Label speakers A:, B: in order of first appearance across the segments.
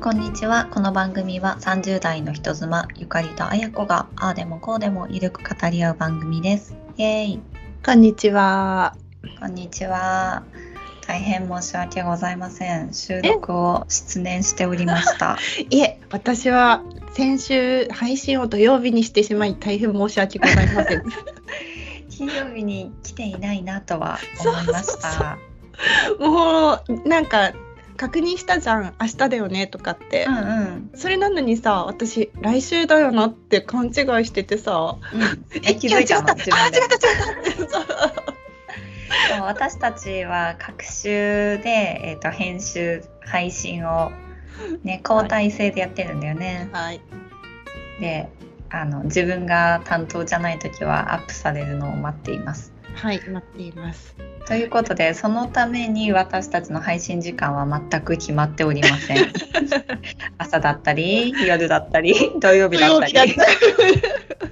A: こんにちは。この番組は30代の人妻、ゆかりとあやこが、ああでもこうでもゆるく語り合う番組です。イエーイ。
B: こんにちは。
A: こんにちは。大変申し訳ございません。収録を失念しておりました。
B: いえ、私は先週配信を土曜日にしてしまい大変申し訳ございま せん。
A: 金曜日に来ていないなとは思いました。
B: もうなんか確認したじゃん。明日だよねとかって
A: う。んうん。
B: それなのにさ、私来週だよなって勘違いしててさ。
A: うん、え気 づいたの
B: 違
A: 自
B: うあ、違
A: 分で。
B: った違った。
A: そう私たちは各週で、えー、と編集配信を、ね、交代制でやってるんだよね。
B: はい。
A: であの自分が担当じゃない時はアップされるのを待っています。
B: はい、待っています。
A: ということでそのために私たちの配信時間は全く決まっておりませ ん。朝だったり夜だったり土曜日だったり。
B: 土曜日だ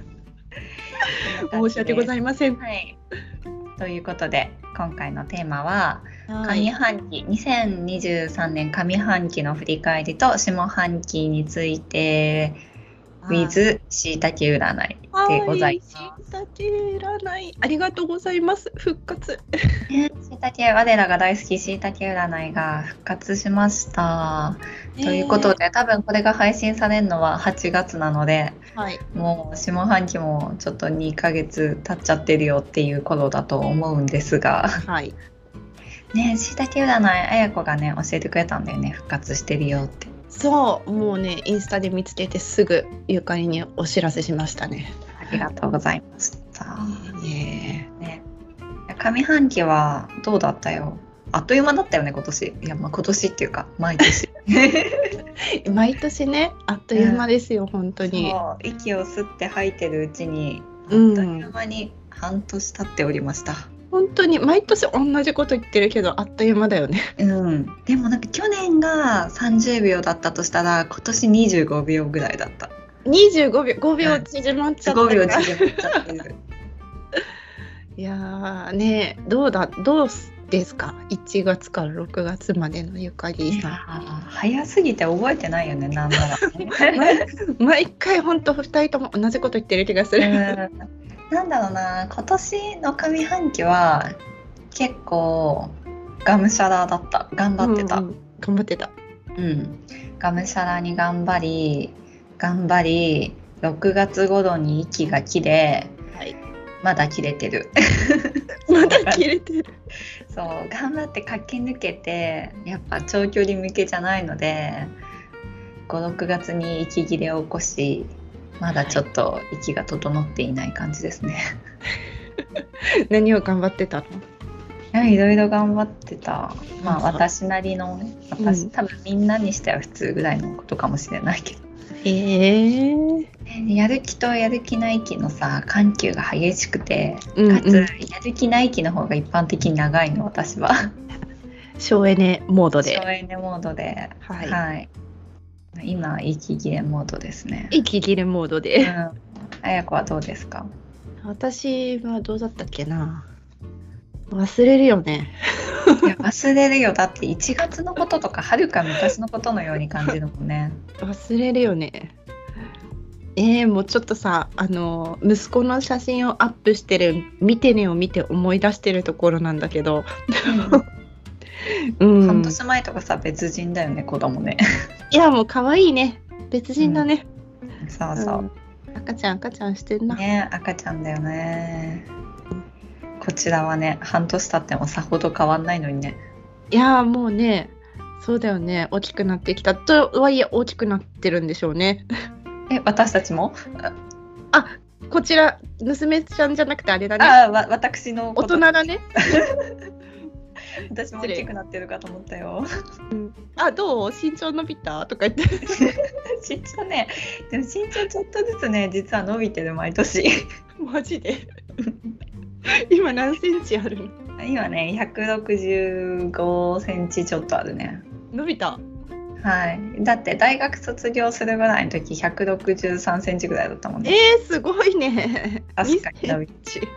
B: 申し訳ござ
A: い
B: いません。
A: ません。はい、ということで今回のテーマは
B: は
A: 上。半期2023年上半期の振り返りと下半期について with しいたけ占いでございます。
B: す。椎茸占いありがとうございます。復活。
A: ねしいたけ我らが大好きしいたけ占いが復活しました。ということで多分これが配信されるのは8月なので
B: えー。はい。
A: もう下半期もちょっと2ヶ月経っちゃってるよっていう頃だと思うんですが
B: はい。
A: ねしいたけ占いあやこがね教えてくれたんだよね復活してるよって。
B: そう、もうね、インスタで見つけてすぐゆかりにお知らせしましたね。
A: ありがとうございました。
B: ね
A: ね、上半期はどうだったよあっという間だったよね今年いやまあ今年っていうか毎年
B: え毎年ね、あっという間ですよ、本当に。
A: そう息を吸って吐いてるうちにあっと
B: うん
A: いう間に半年経っておりました
B: 本当に毎年同じこと言ってるけど、あっという間だよね。
A: うん、でもなんか去年が30秒だったとしたら今年25秒ぐらいだった
B: 25秒、5
A: は
B: 秒
A: い
B: 縮まっちゃった
A: 5
B: か
A: 秒
B: ら。
A: 縮まっちゃってる
B: いやーね、どうだ、どうですか、1月から6月までのゆかり
A: いやー
B: さ
A: 早すぎて覚えてないよねなんなら
B: ん。毎毎回本当2人とも同じこと言ってる気がす
A: う
B: る。
A: んなんだろうな今年の上半期は結構がむしゃらだった頑張ってた、う
B: うんんうん頑張ってた。
A: がむしゃらに頑張り頑張り6月頃に息が切れ
B: はい。
A: まだ切れてる
B: まだ切れてる。
A: そう頑張って駆け抜けてやっぱ長距離向けじゃないので56月に息切れを起こしまだちょっと息が整っていない感じですね
B: 何を頑張ってたの
A: いやいろいろ頑張ってた。まあ
B: そう
A: 私なりのね、私、
B: うん
A: 多分みんなにしては普通ぐらいのことかもしれないけど。
B: ええ
A: ねやる気とやる気ない気のさ緩急が激しくて、
B: うん
A: かつ
B: う
A: や
B: ん、
A: る気ない気の方が一般的に長いの私は。
B: 省エネモード
A: 省
B: で、
A: エネモードで、
B: はい
A: はい。今息切れモードですね。
B: 息切れモード
A: う
B: で。
A: ん。あやこはどうですか。
B: 私はどうだったっけな忘れるよね。
A: いや忘れるよだって1月のこととかはるか昔のことのように感じるもん ね。
B: 忘れるよね。えー、もうちょっとさあの息子の写真をアップしてる「見てね」を見て思い出してるところなんだけど、うん、
A: 半年前とかさ別人だよね子供ね
B: いやもう可愛いね別人だね、
A: そう
B: う
A: そ
B: ん赤ちゃん赤ちゃんしてん
A: う、
B: な、
A: ね赤ちゃんだよねこちらはね半年経ってもさほど変わんないのにね
B: いやーもうねそうだよね大きくなってきたとはいえ大きくなってるんでしょうね
A: え私たちも
B: こちら娘ちゃんじゃなくてあれだね
A: ああわ私のこと
B: 大人だね
A: 私も大きくなってるかと思ったよ
B: あどう身長伸びたとか言って
A: 身長ねでも身長ちょっとずつね実は伸びてる毎年
B: マジで 今何センチあるの
A: 今ね165センチちょっとあるね
B: 伸びた
A: はいだって大学卒業するぐらいの時163センチぐらいだったもん
B: え
A: ね
B: ー、すごいね
A: 確かに伸び
B: 2センチ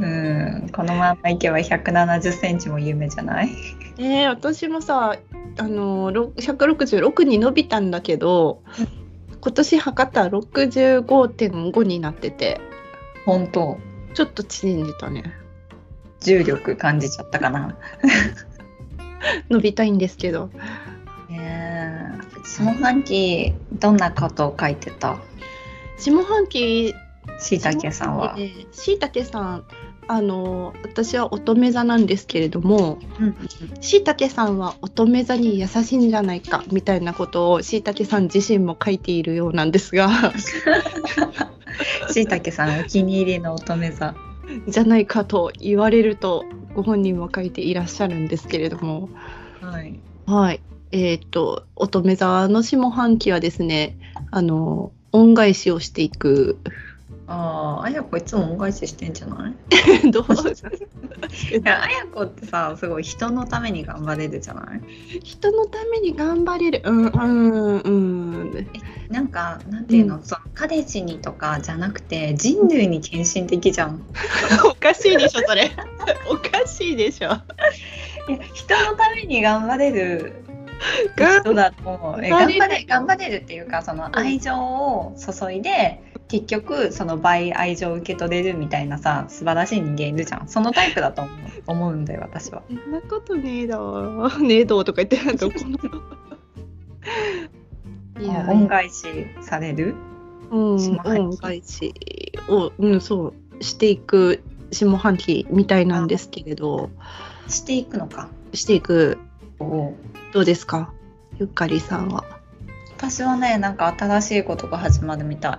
A: うんこのままいけば170センチも夢じゃない。
B: えー、私もさあのろ166に伸びたんだけど今年測ったら65.5になってて
A: 本当
B: ちょっと縮んでたね
A: 重力感じちゃったかな。
B: 伸びたいんですけど
A: ねえ下半期どんなことを書いてた
B: 下半期
A: しいたけさんは。
B: しいたけさんあの私は乙女座なんですけれども
A: うん
B: しいたけさんは乙女座に優しいんじゃないかみたいなことをしいたけさん自身も書いているようなんですが
A: しいたけさんお気に入りの乙女座。
B: じゃないかと言われるとご本人も書いていらっしゃるんですけれども
A: はい。
B: はいえっ、と乙女座の下半期はですねあの恩返しをしていく
A: ああ、あやこいつも恩返ししてんじゃない
B: どう
A: いや、あやこってさ、すごい人のために頑張れるじゃない
B: 人のために頑張れるうんうんうん
A: なんか、なんていうの、
B: う
A: その彼氏にとかじゃなくて、人類に献身的じゃん。
B: おかしいでしょそれ おかしいでしょ
A: いや人のために頑張れる人だと思う。え
B: 頑
A: 頑張
B: 張れる
A: れ、頑張れるっていうか、その愛情を注いで、結局、その倍愛情を受け取れるみたいなさ、素晴らしい人間いるじゃん。そのタイプだと思う思うんだよ、私は。
B: そんなことねえだわねえどうとか言ってどこの いや
A: 恩返しされる
B: うん
A: 下半期
B: 恩返しを、うん、そうしていく下半期みたいなんですけれど
A: していくのか。
B: していく
A: おう
B: どうですかゆっかりさんは
A: 私はねなんか新しいことが始まるみたい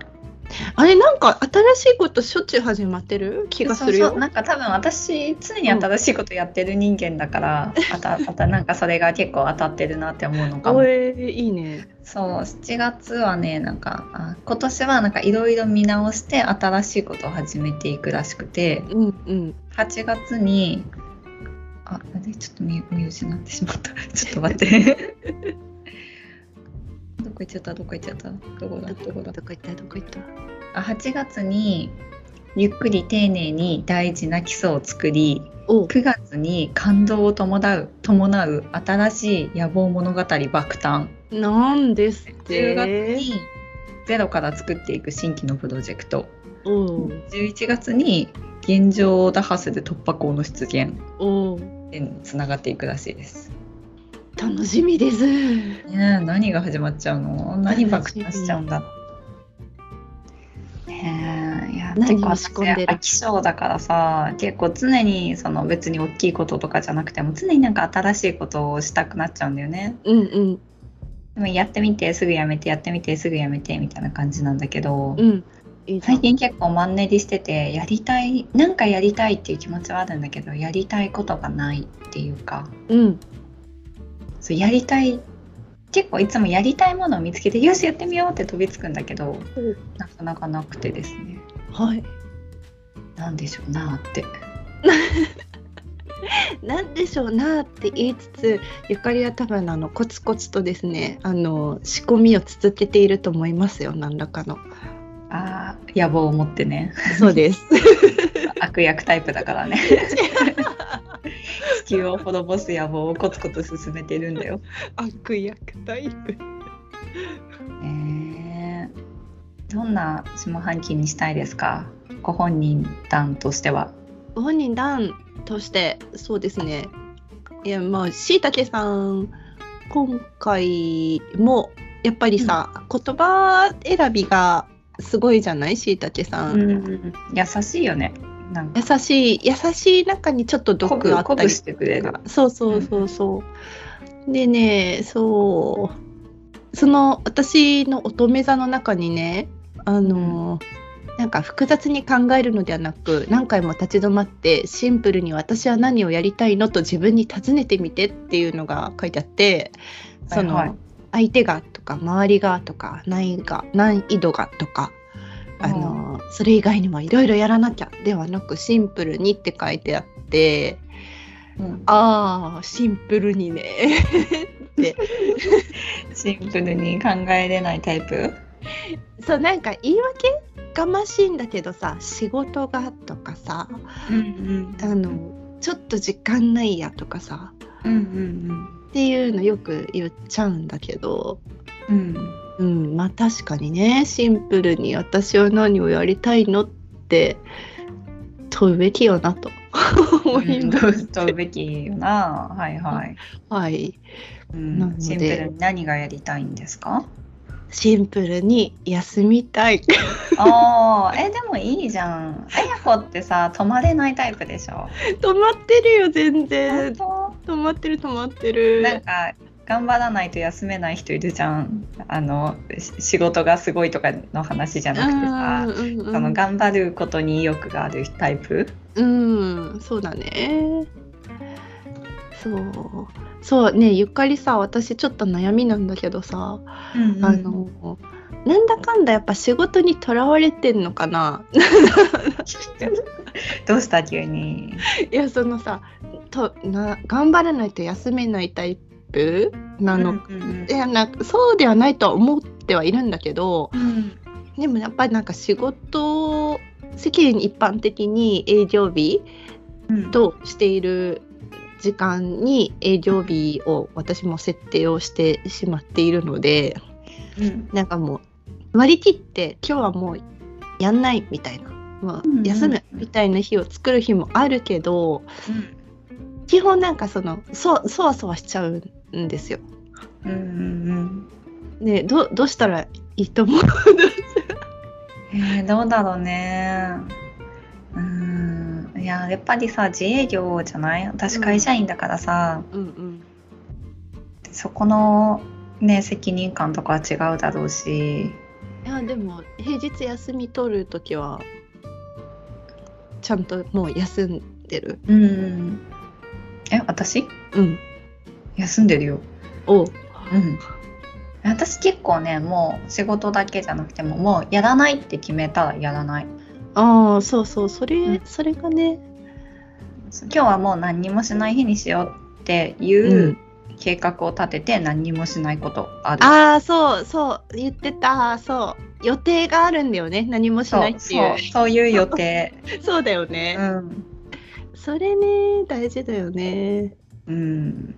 B: あれなんか新しいことしょっちゅう始まってる気がするよ
A: そうそうなんか多分私常に新しいことやってる人間だ から、あたまたなんかそれが結構当たってるなって思うのかも
B: おえーいいね
A: そう7月はねなんかあ今年はなんかいろいろ見直して新しいことを始めていくらしくて
B: うんうん
A: 8月にああれちょっと見見失ってしまった ちょっと待って どこ行っちゃったどこ行っちゃったどこだどこだ
B: どこ行ったどこ行った
A: あ8月にゆっくり丁寧に大事な基礎を作り
B: お
A: 9月に感動を伴う伴う新しい野望物語爆誕
B: なんですっ
A: 10
B: て
A: 月にゼロから作っていく新規のプロジェクト
B: お
A: 11月に現状を打破する突破口の出現
B: お
A: でつながっていくらしいです。
B: 楽しみです
A: ねえ何が始まっちゃうの何爆誕しちゃうんだろうねえいや
B: 何
A: 結構
B: を仕込んで
A: 私
B: る
A: 飽き性だからさ結構常にその別に大きいこととかじゃなくても常になんか新しいことをしたくなっちゃうんだよね
B: うんうん
A: でもやってみてすぐやめてやってみてすぐやめてみたいな感じなんだけど、
B: うんいいじゃん
A: 最近結構マンネリしててやりたいなんかやりたいっていう気持ちはあるんだけどやりたいことがないっていうか
B: うん
A: そうやりたい結構いつもやりたいものを見つけてよしやってみようって飛びつくんだけど、
B: うん
A: なかなかなくてですね
B: はい
A: なんでしょうなーって
B: なんでしょうなって言いつつゆかりは多分あのコツコツとですねあの仕込みを続けていると思いますよ何らかの
A: あー野望を持ってね
B: そうです
A: 悪役タイプだからね 地球を滅ぼす野望をコツコツ進めてるんだよ。
B: 悪役タイプ
A: えどんな下半期にしたいですかご本人団としては。
B: ご本人団としてそうですねいやまあしいたけさん今回もやっぱりさ、言葉選びがすごいじゃないしいたけさん、
A: うん、優しいよねなんか
B: 優しい優しい中にちょっと
A: 鼓
B: 毒
A: 舞
B: あっ
A: 鼓
B: たり
A: 舞してくれる。
B: そうそうそうそう。でね、そう、その私の乙女座の中にね、あの、なんか複雑に考えるのではなく何回も立ち止まってシンプルに私は何をやりたいのと自分に尋ねてみてっていうのが書いてあってその、
A: はいはい
B: 相手がとか周りがとか難易が難易度がとかあのそれ以外にもいろいろやらなきゃではなくシンプルにって書いてあって
A: うん
B: ああシンプルにねって
A: シンプルに考えれないタイプ
B: そうなんか言い訳がましいんだけどさ仕事がとかさ
A: うん
B: あのちょっと時間ないやとかさ
A: うんうん
B: っていうのよく言っちゃうんだけど、
A: うん
B: うん、まあ確かにねシンプルに私は何をやりたいのって問うべきよなと 思います。
A: うん問うべきよなはいはい、
B: はい、
A: う
B: なの
A: ん、
B: で
A: シンプルに何がやりたいんですか
B: シンプルに休みたい。
A: ああえでもいいじゃ んあやこってさ止まれないタイプでしょ
B: 止まってるよ全
A: 本
B: 然。
A: 当
B: 止まってる止まってる。
A: なんか頑張らないと休めない人いるじゃんあのし仕事がすごいとかの話じゃなくてさ
B: うんうんうん
A: その頑張ることに意欲があるタイプ
B: うん、そうだね。そう、そうね、ゆかりさ、私ちょっと悩みなんだけどさ、あの。なんだかんだやっぱ仕事にとらわれてんのかな
A: どうした急に
B: いやそのさとな頑張らないと休めないタイプなの、
A: うんうん
B: いやなんかそうではないとは思ってはいるんだけど
A: うん
B: でもやっぱりなんか仕事世間一般的に営業日
A: うん
B: としている時間に営業日を私も設定をしてしまっているので
A: うん
B: なんかもう割り切って今日はもうやんないみたいな、まあ
A: うんうん
B: 休むみたいな日を作る日もあるけど基本なんかそのそそわそわしちゃうんですよ。
A: うんうんうん
B: ねどどうしたらいいと思う
A: えー、どうだろうねうーんいややっぱりさ自営業じゃない私会社員だからさ、
B: うんうん
A: そこのね責任感とかは違うだろうし
B: いやでも平日休み取る時はちゃんともう休んでる。
A: うんえ私
B: うん、
A: 休んでるよ
B: おう
A: うん私結構ねもう仕事だけじゃなくてももうやらないって決めたらやらない
B: ああそうそうそれ、
A: うん
B: それがね
A: 今日はもう何にもしない日にしようっていう計画を立てて何にもしないことある、
B: ああそうそう言ってたそう予定があるんだよね何もし
A: そ
B: ないっ
A: う
B: てい
A: そううそういう予定
B: そうだよね
A: う、ん、
B: それね大事だよね
A: うん、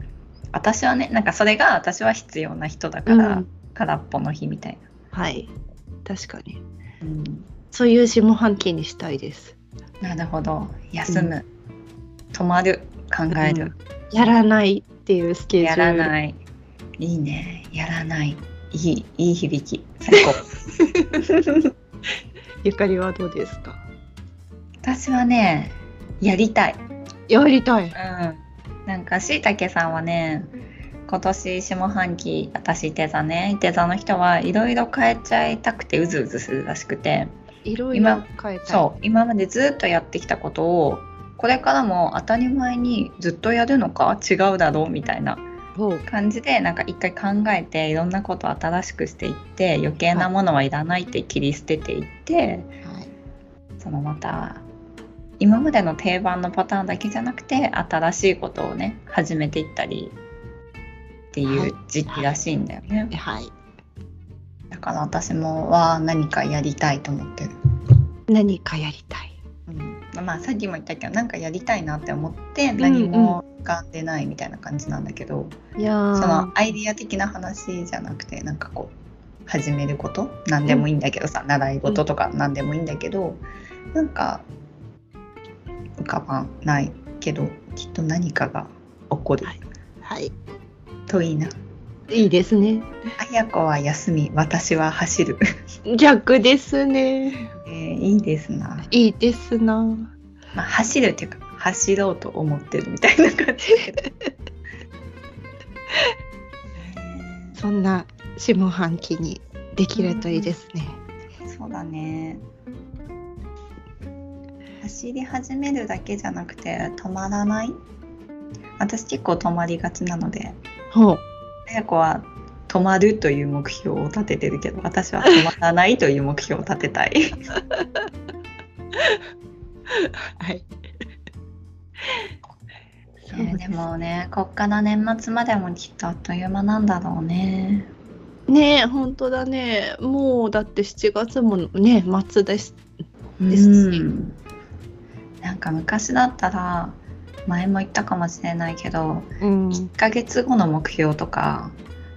A: 私はねなんかそれが私は必要な人だから、
B: うん
A: 空っぽの日みたい
B: はい確かに
A: な、うん、
B: そういう下半期にしたいです
A: なるほど休む、止まる考える、
B: やらないっていうスケジュ
A: や
B: ール
A: らないいいねやらないいいいい 響き最高
B: ゆかりはどうですか
A: 私はねやりたい、
B: やりた
A: う
B: い
A: ん、なんかしいたけさんはね今年下半期私手座ね手座の人はいろいろ変えちゃいたくてうずうずするらしくて
B: いろいろ
A: 今
B: 変えたい
A: そう今までずっとやってきたことをこれからも当たり前にずっとやるのか違うだろうみたいな
B: ほう
A: 感じでなんか一回考えていろんなことを新しくしていって余計なものはいらないって切り捨てていって
B: はい
A: そのまた今までの定番のパターンだけじゃなくて新しいことをね始めていったりっていう時期らしいんだよね、
B: はい、
A: だから私もは何かやりたいと思ってる、
B: 何かやりたい
A: うん、まあさっきも言ったけど何かやりたいなって思って何も浮かんでないみたいな感じなんだけど、
B: いやー
A: そのアイディア的な話じゃなくてなんかこう始めること何でもいいんだけどさ、習い事とか何でもいいんだけど、なんか浮かばないけどきっと何かが起こる
B: はいはい
A: といいな。
B: いいですね
A: あやこは休み私は走る、
B: 逆ですね
A: えーいいですな、
B: いいですな
A: まあ、走るっていうか走ろうと思ってるみたいな感じだけど ね
B: そんな下半期にできるといいですね。
A: そうだね走り始めるだけじゃなくて止まらない私結構止まりがちなので
B: ほう。
A: 綾子は止まるという目標を立ててるけど私は止まらないという目標を立てたい
B: はい。
A: えーでもねこっから年末までもきっとあっという間なんだろうね
B: ねえ本当だねもうだって7月もね末です
A: で
B: ですね
A: なんか昔だったら前も言ったかもしれないけど、
B: うん
A: 1ヶ月後の目標とか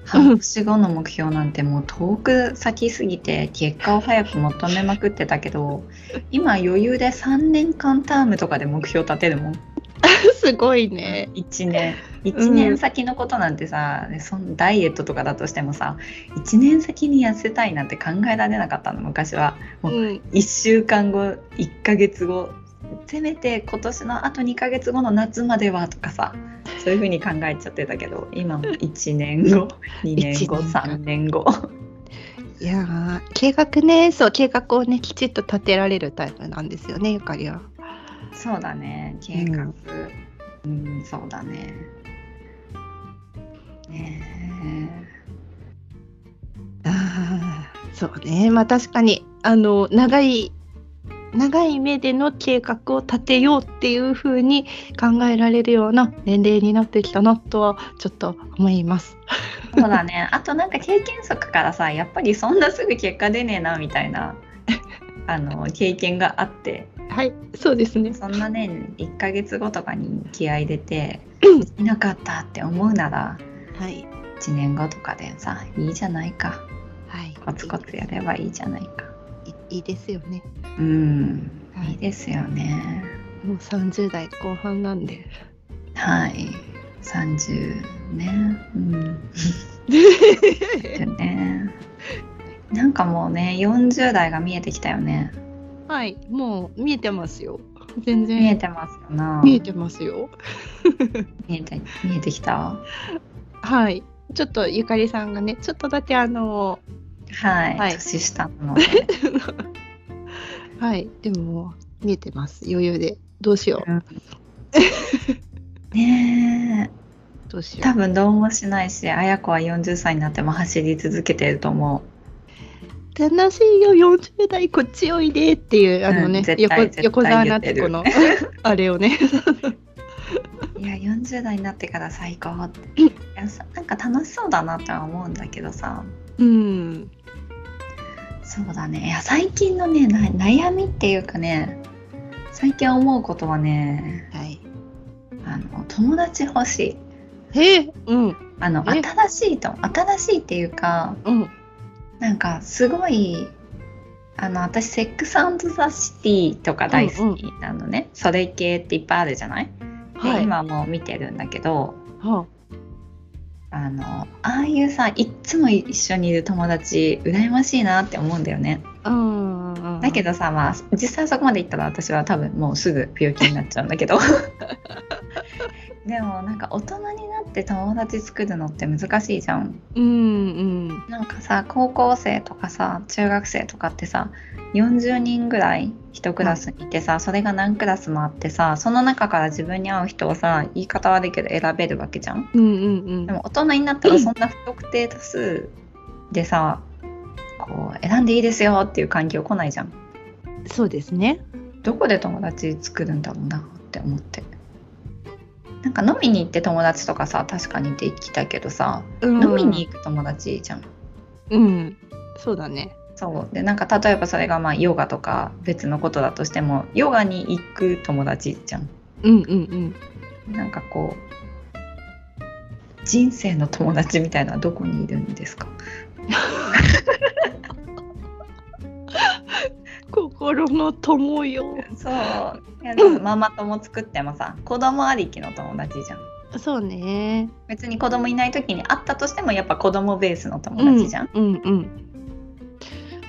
A: 半年後の目標なんてもう遠く先すぎて結果を早く求めまくってたけど今余裕で3年間タームとかで目標立てるもん
B: すごいね。
A: 1年1年先のことなんてさ、そんダイエットとかだとしてもさ1年先に痩せたいなんて考えられなかったの昔は
B: う、
A: うん1週間後1ヶ月後せめて今年のあと2ヶ月後の夏まではとかさそういうふうに考えちゃってたけど今も1年後2 年後
B: 一年
A: 3年後
B: いやー計画ねそう計画をねきちっと立てられるタイプなんですよねゆかりは。
A: そうだね計画うん、そうだねね
B: あーそうねまあ確かにあの長い長い目での計画を立てようっていう風に考えられるような年齢になってきたなとはちょっと思います。
A: えそうだ ねあとなんか経験則からさやっぱりそんなすぐ結果出ねえなみたいなあの経験があって
B: はいそうですね。
A: そんなね1ヶ月後とかに気合い出ていなかったって思うなら
B: はい
A: 1年後とかでさいいじゃないか
B: はい
A: コツコツやればいいじゃないか
B: いいいですよね。
A: うん
B: はい
A: いいですよね
B: もう30代後半なんで。
A: はい30ね うんだよねなんかもうね40代が見えてきたよね
B: はい、もう見えてますよ。全然
A: 見えてますよな
B: 見えてますよ。
A: 見えて見えてきた
B: はい、ちょっとゆかりさんがね、ちょっとだけあの、
A: はい、
B: はい
A: 年下なので
B: はい、でも見えてます。余裕で。どうしよ
A: ねえ
B: う、どうしよ
A: 多分どうもしないし綾子は40歳になっても走り続けてると思
B: う。悲しいよ、40代こっちおいでっていう、あの
A: う
B: ね
A: ん、絶
B: 横
A: 対絶対
B: 横澤夏子の あれをね。
A: ういや40代になってから最高って
B: うん
A: いやさなんか楽しそうだなとは思うんだけどさ
B: うん。
A: そうだねいや最近のねな悩みっていうかね最近思うことはね
B: はい。
A: あの友達欲しい
B: へえ、うん、
A: あの
B: え
A: 新しいと新しいっていうか
B: うん。
A: なんかすごいあの私セックスザ・シティとか大好きなのね、それ系っていっぱいあるじゃないで、
B: はい。
A: 今もう見てるんだけど
B: は
A: あのああいうさいっつも一緒にいる友達羨ましいなって思うんだよね
B: あ、うんうんうん。
A: だけどさまあ実際そこまで行ったら私は多分もうすぐ病気になっちゃうんだけどでもなんか大人になって友達作るのって難しいじゃん
B: うんうん。
A: なんかさ高校生とかさ中学生とかってさ40人ぐらい一クラスにいてさ、それが何クラスもあってさその中から自分に合う人をさ言い方悪いけど選べるわけじゃん
B: うんうんうん。
A: でも大人になったらそんな不特定多数でさこう選んでいいですよっていう環境来ないじゃん
B: そうですね。
A: どこで友達作るんだろうなって思ってなんか飲みに行って友達とかさ確かにできたけどさ、
B: うん
A: 飲みに行く友達じゃん
B: うん、そうだね。
A: そうでなんか例えばそれがまあヨガとか別のことだとしてもヨガに行く友達じゃん
B: うんうん
A: なんかこう人生の友達みたいなのはどこにいるんですか
B: うん。心の友よ。
A: そういやで もママ友作ってもさ子供ありきの友達じゃん
B: そうね。
A: 別に子供いない時に会ったとしてもやっぱ子供ベースの友達じゃん、
B: うんうん。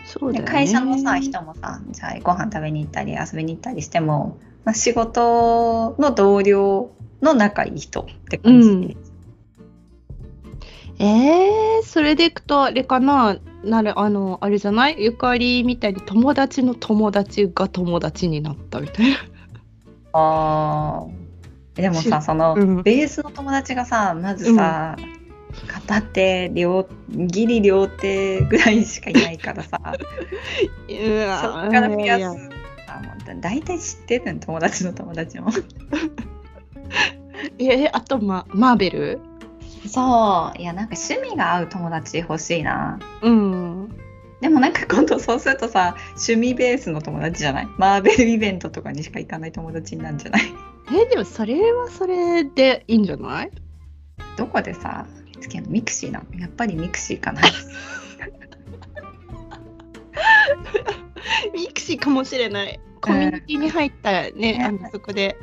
B: そう
A: で
B: だよね。
A: 会社のさ人もさじゃあご飯食べに行ったり遊びに行ったりしても、まあ、仕事の同僚の仲いい人って感じ、
B: うんええー、それでいくとあれかな。なるあのあれじゃないゆかりみたいに友達の友達が友達になったみ たいな。
A: あーでもさその、
B: うん
A: ベースの友達がさまずさ、片手両ギリ両手ぐらいしかいないからさ
B: う
A: そ
B: わ
A: っから増や
B: い
A: す
B: や
A: あもうだ大体知ってるの友達の友達も
B: いやいやあとまマーベル。
A: そういやなんか趣味が合う友達欲しいな
B: うん。
A: でもなんか今度そうするとさ趣味ベースの友達じゃないマーベルイベントとかにしか行かない友達になるんじゃない
B: えでもそれはそれでいいんじゃない
A: どこでさ見つけるのミクシーなのやっぱりミクシーかな
B: ミクシーかもしれないコミュニティに入ったらね、
A: うん
B: あのそこで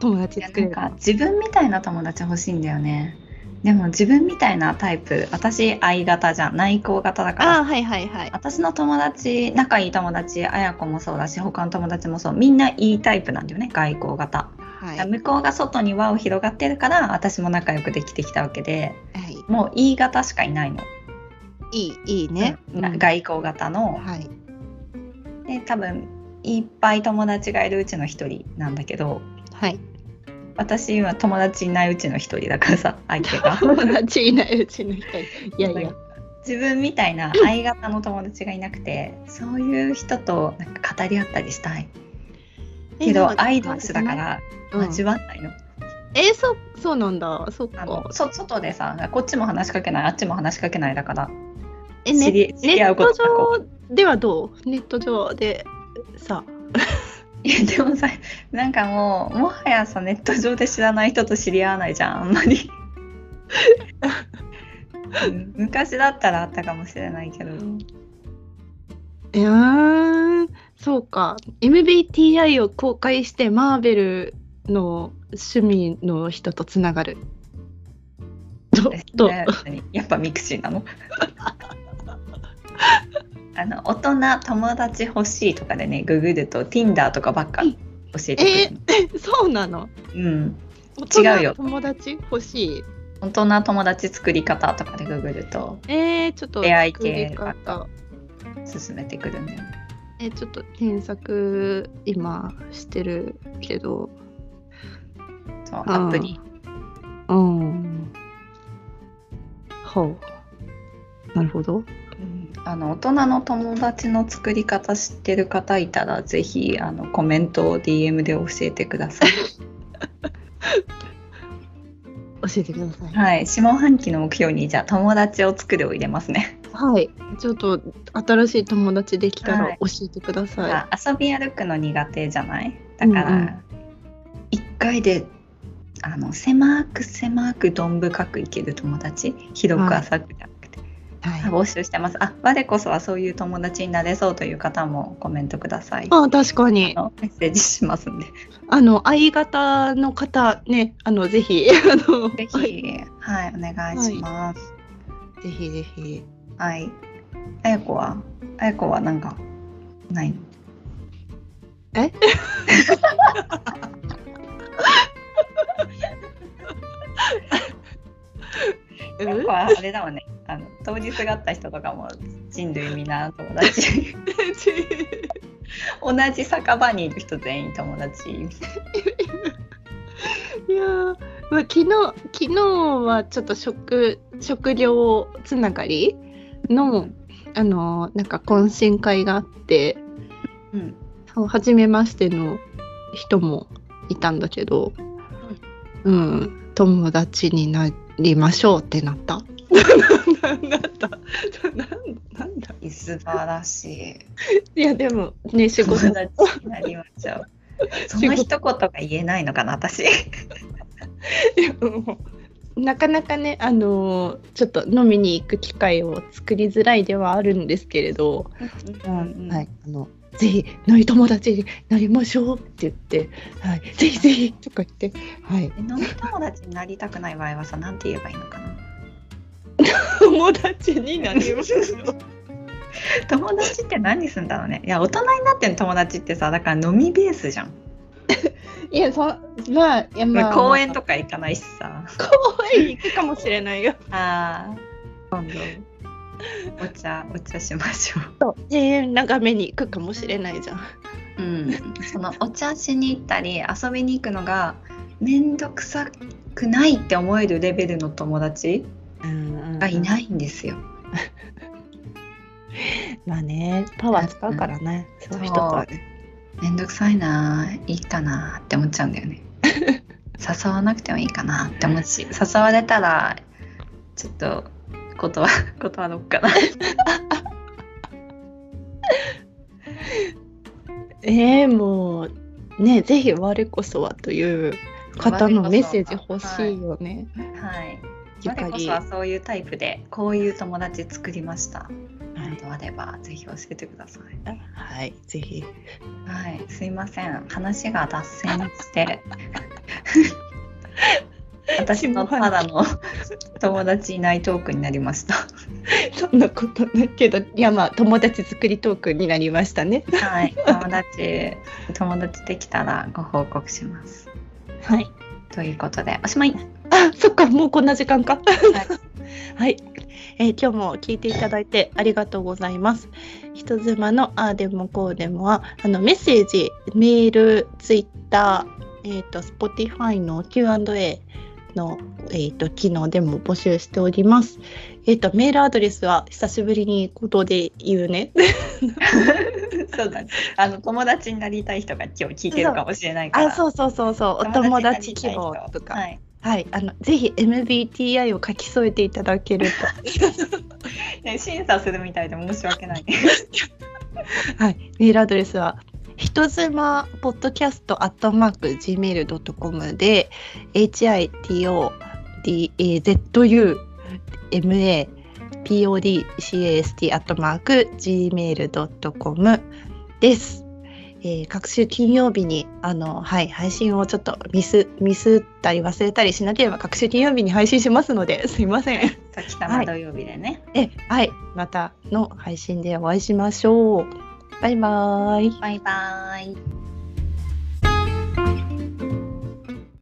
B: 友達
A: いや
B: 作
A: な
B: れ
A: ん
B: る
A: か自分みたいな友達欲しいんだよねでも自分みたいなタイプ私 I 型じゃん内向型だから
B: ああはいはいはい
A: 私の友達仲いい友達あや子もそうだし他の友達もそうみんないいタイプなんだよね外交型、
B: はい
A: 向こうが外に輪を広がってるから私も仲良くできてきたわけで
B: はい
A: もう E 型しかいないの、
B: いいいいね、
A: うん
B: うん
A: 外交型の、
B: はい
A: で多分いっぱい友達がいるうちの一人なんだけど
B: はい
A: 私今友達いないうちの一人だからさ相手が
B: 友達いないうちの人いや いや
A: 自分みたいな相型の友達がいなくてそういう人となんか語り合ったりしたいけどアイドルスだか、ら
B: うん
A: 味わんないの,、
B: えそうそうなんだそっ
A: あ
B: か
A: のそ外でさこっちも話しかけないあっちも話しかけないだから
B: え
A: 知り知り合うことがこ
B: ネット上ではどうネット上でさ
A: いやでもさなんかもうもはやさネット上で知らない人と知り合わないじゃんあんま りうん昔だったらあったかもしれないけど
B: うーんそうか MBTI を公開してマーベルの趣味の人とつながるど
A: です
B: どう
A: ね何やっぱミクシーなの あの大人友達欲しいとかでねググると Tinder とかばっか教えてく
B: そうなの
A: れる、うん
B: 大人
A: 違うよ
B: 友達欲しい
A: 大人友達作り方とかでググると
B: えー、ちょっと
A: 出会い
B: 作り
A: 系
B: 方
A: 進めてくるんだよね
B: えーちょっと検索今してるけど
A: そう
B: あー
A: アプリ
B: うんほうなるほど
A: うんあの大人の友達の作り方知ってる方いたらぜひあのコメントを DM で教えてください
B: 教えてください
A: はい下半期の目標にじゃあ友達を作るを入れますね、
B: はい、ちょっと新しい友達できた
A: は
B: ら
A: い
B: 教えてください。
A: まあ遊び歩くの苦手じゃないだか
B: うんう
A: ら、一回であの狭く狭くどん深くいける友達広く
B: はい
A: 浅くじゃなくて、
B: はい
A: 募集してますあ我こそはそういう友達になれそうという方もコメントください
B: あ確かに
A: あのメッセージしますんで
B: あの相方の方ねあの ぜひあの
A: ぜひ、はい、お願いします。
B: ぜひぜひ
A: はい。あやこは、あやこはなんか、ないの
B: え
A: あやこはあれだわね、あの当日があった人とかも人類みんな友達 同じ酒場にいる人全員友達
B: いやーまあ昨日昨日はちょっと食食料つながりのあのなんか懇親会があって
A: うん
B: そう初めましての人もいたんだけど、うん友達になりましょうってなった。 ななった ななんだ
A: 素晴らしい
B: いやでもね仕
A: 友
B: 事
A: 達になりまし ょうその一言が言えないのかな私
B: なかなかねあのーちょっと飲みに行く機会を作りづらいではあるんですけれど、はい、あのぜひ飲み友達になりましょうって言って「はい、ぜひぜひ」とか言って、はい、
A: 飲み友達になりたくない場合はさ、なんて言えばいいのかな。
B: 友達になりましょう。
A: 友達って何すんだろうね。いや、大人になっての友達ってさ、だから飲みベースじゃん。
B: いや、そまあ、いや、まあ、
A: 公園
B: と
A: とか行かないしさ。
B: 公園行くかもしれない よ。
A: ああ、今度。お茶、お茶しましょ
B: 庭園眺めに行くかもしれないじゃん。
A: う。うん、そのお茶しに行ったり、遊びに行くのが。めんどくさくないって思えるレベルの友達がいないんですよ。
B: まあね、パワー使うからね、そういう人とはね。
A: めんどくさいなあいいかなあって思っちゃうんだよ ね誘わなくてもいいかなあって思うし誘われたらちょっと断 断ろうかな
B: えー、もうね、ぜひ我こそはという方のメッセージ欲しいよね。
A: はい。
B: ゆか
A: 我こ
B: り
A: そはそういうタイプでこういう友達作りました。
B: は
A: ないどあればぜひ教えてください。
B: はい、ぜひ。
A: はい、すいません。話が脱線 して。私のただの友達いないトークになりました。
B: そんなことないけど、いやまあ友達作りトークになりましたね。
A: はい、友達、友達できたらご報告します。
B: はい。
A: ということで、おしまい。
B: あ、 そっか、もうこんな時間か。はい、えー今日も聞いていただいてありがとうございます。人妻のああでもこうでもはあのメッセージ、メール、ツイッター、えっ、と Spotify の Q&A のえっ、と機能でも募集しております。えっ、とメールアドレスは久しぶりにことで言うね。
A: そうだね。あの友達になりたい人が今日聞いてるかもしれないから。
B: あ、そうそうそう そう、お友達希
A: になりたい人
B: 望とか。
A: はい。
B: はい、あのぜひ MBTI を書き添えていただけると。
A: ね、審査するみたいで申し訳 ない。
B: はい、メールアドレスは人妻ポッドキャストアットマーク gmail.com で hitodazumapodcast アットマーク gmail.com です。えー各週金曜日にあの、はい、配信をちょっとミスミスったり忘れたりしなければ各週金曜日に配信しますのですい ません。
A: 時たま土曜日でね。
B: えはい、またの配信でお会いしましょう。バイバイ。
A: バイバーイ。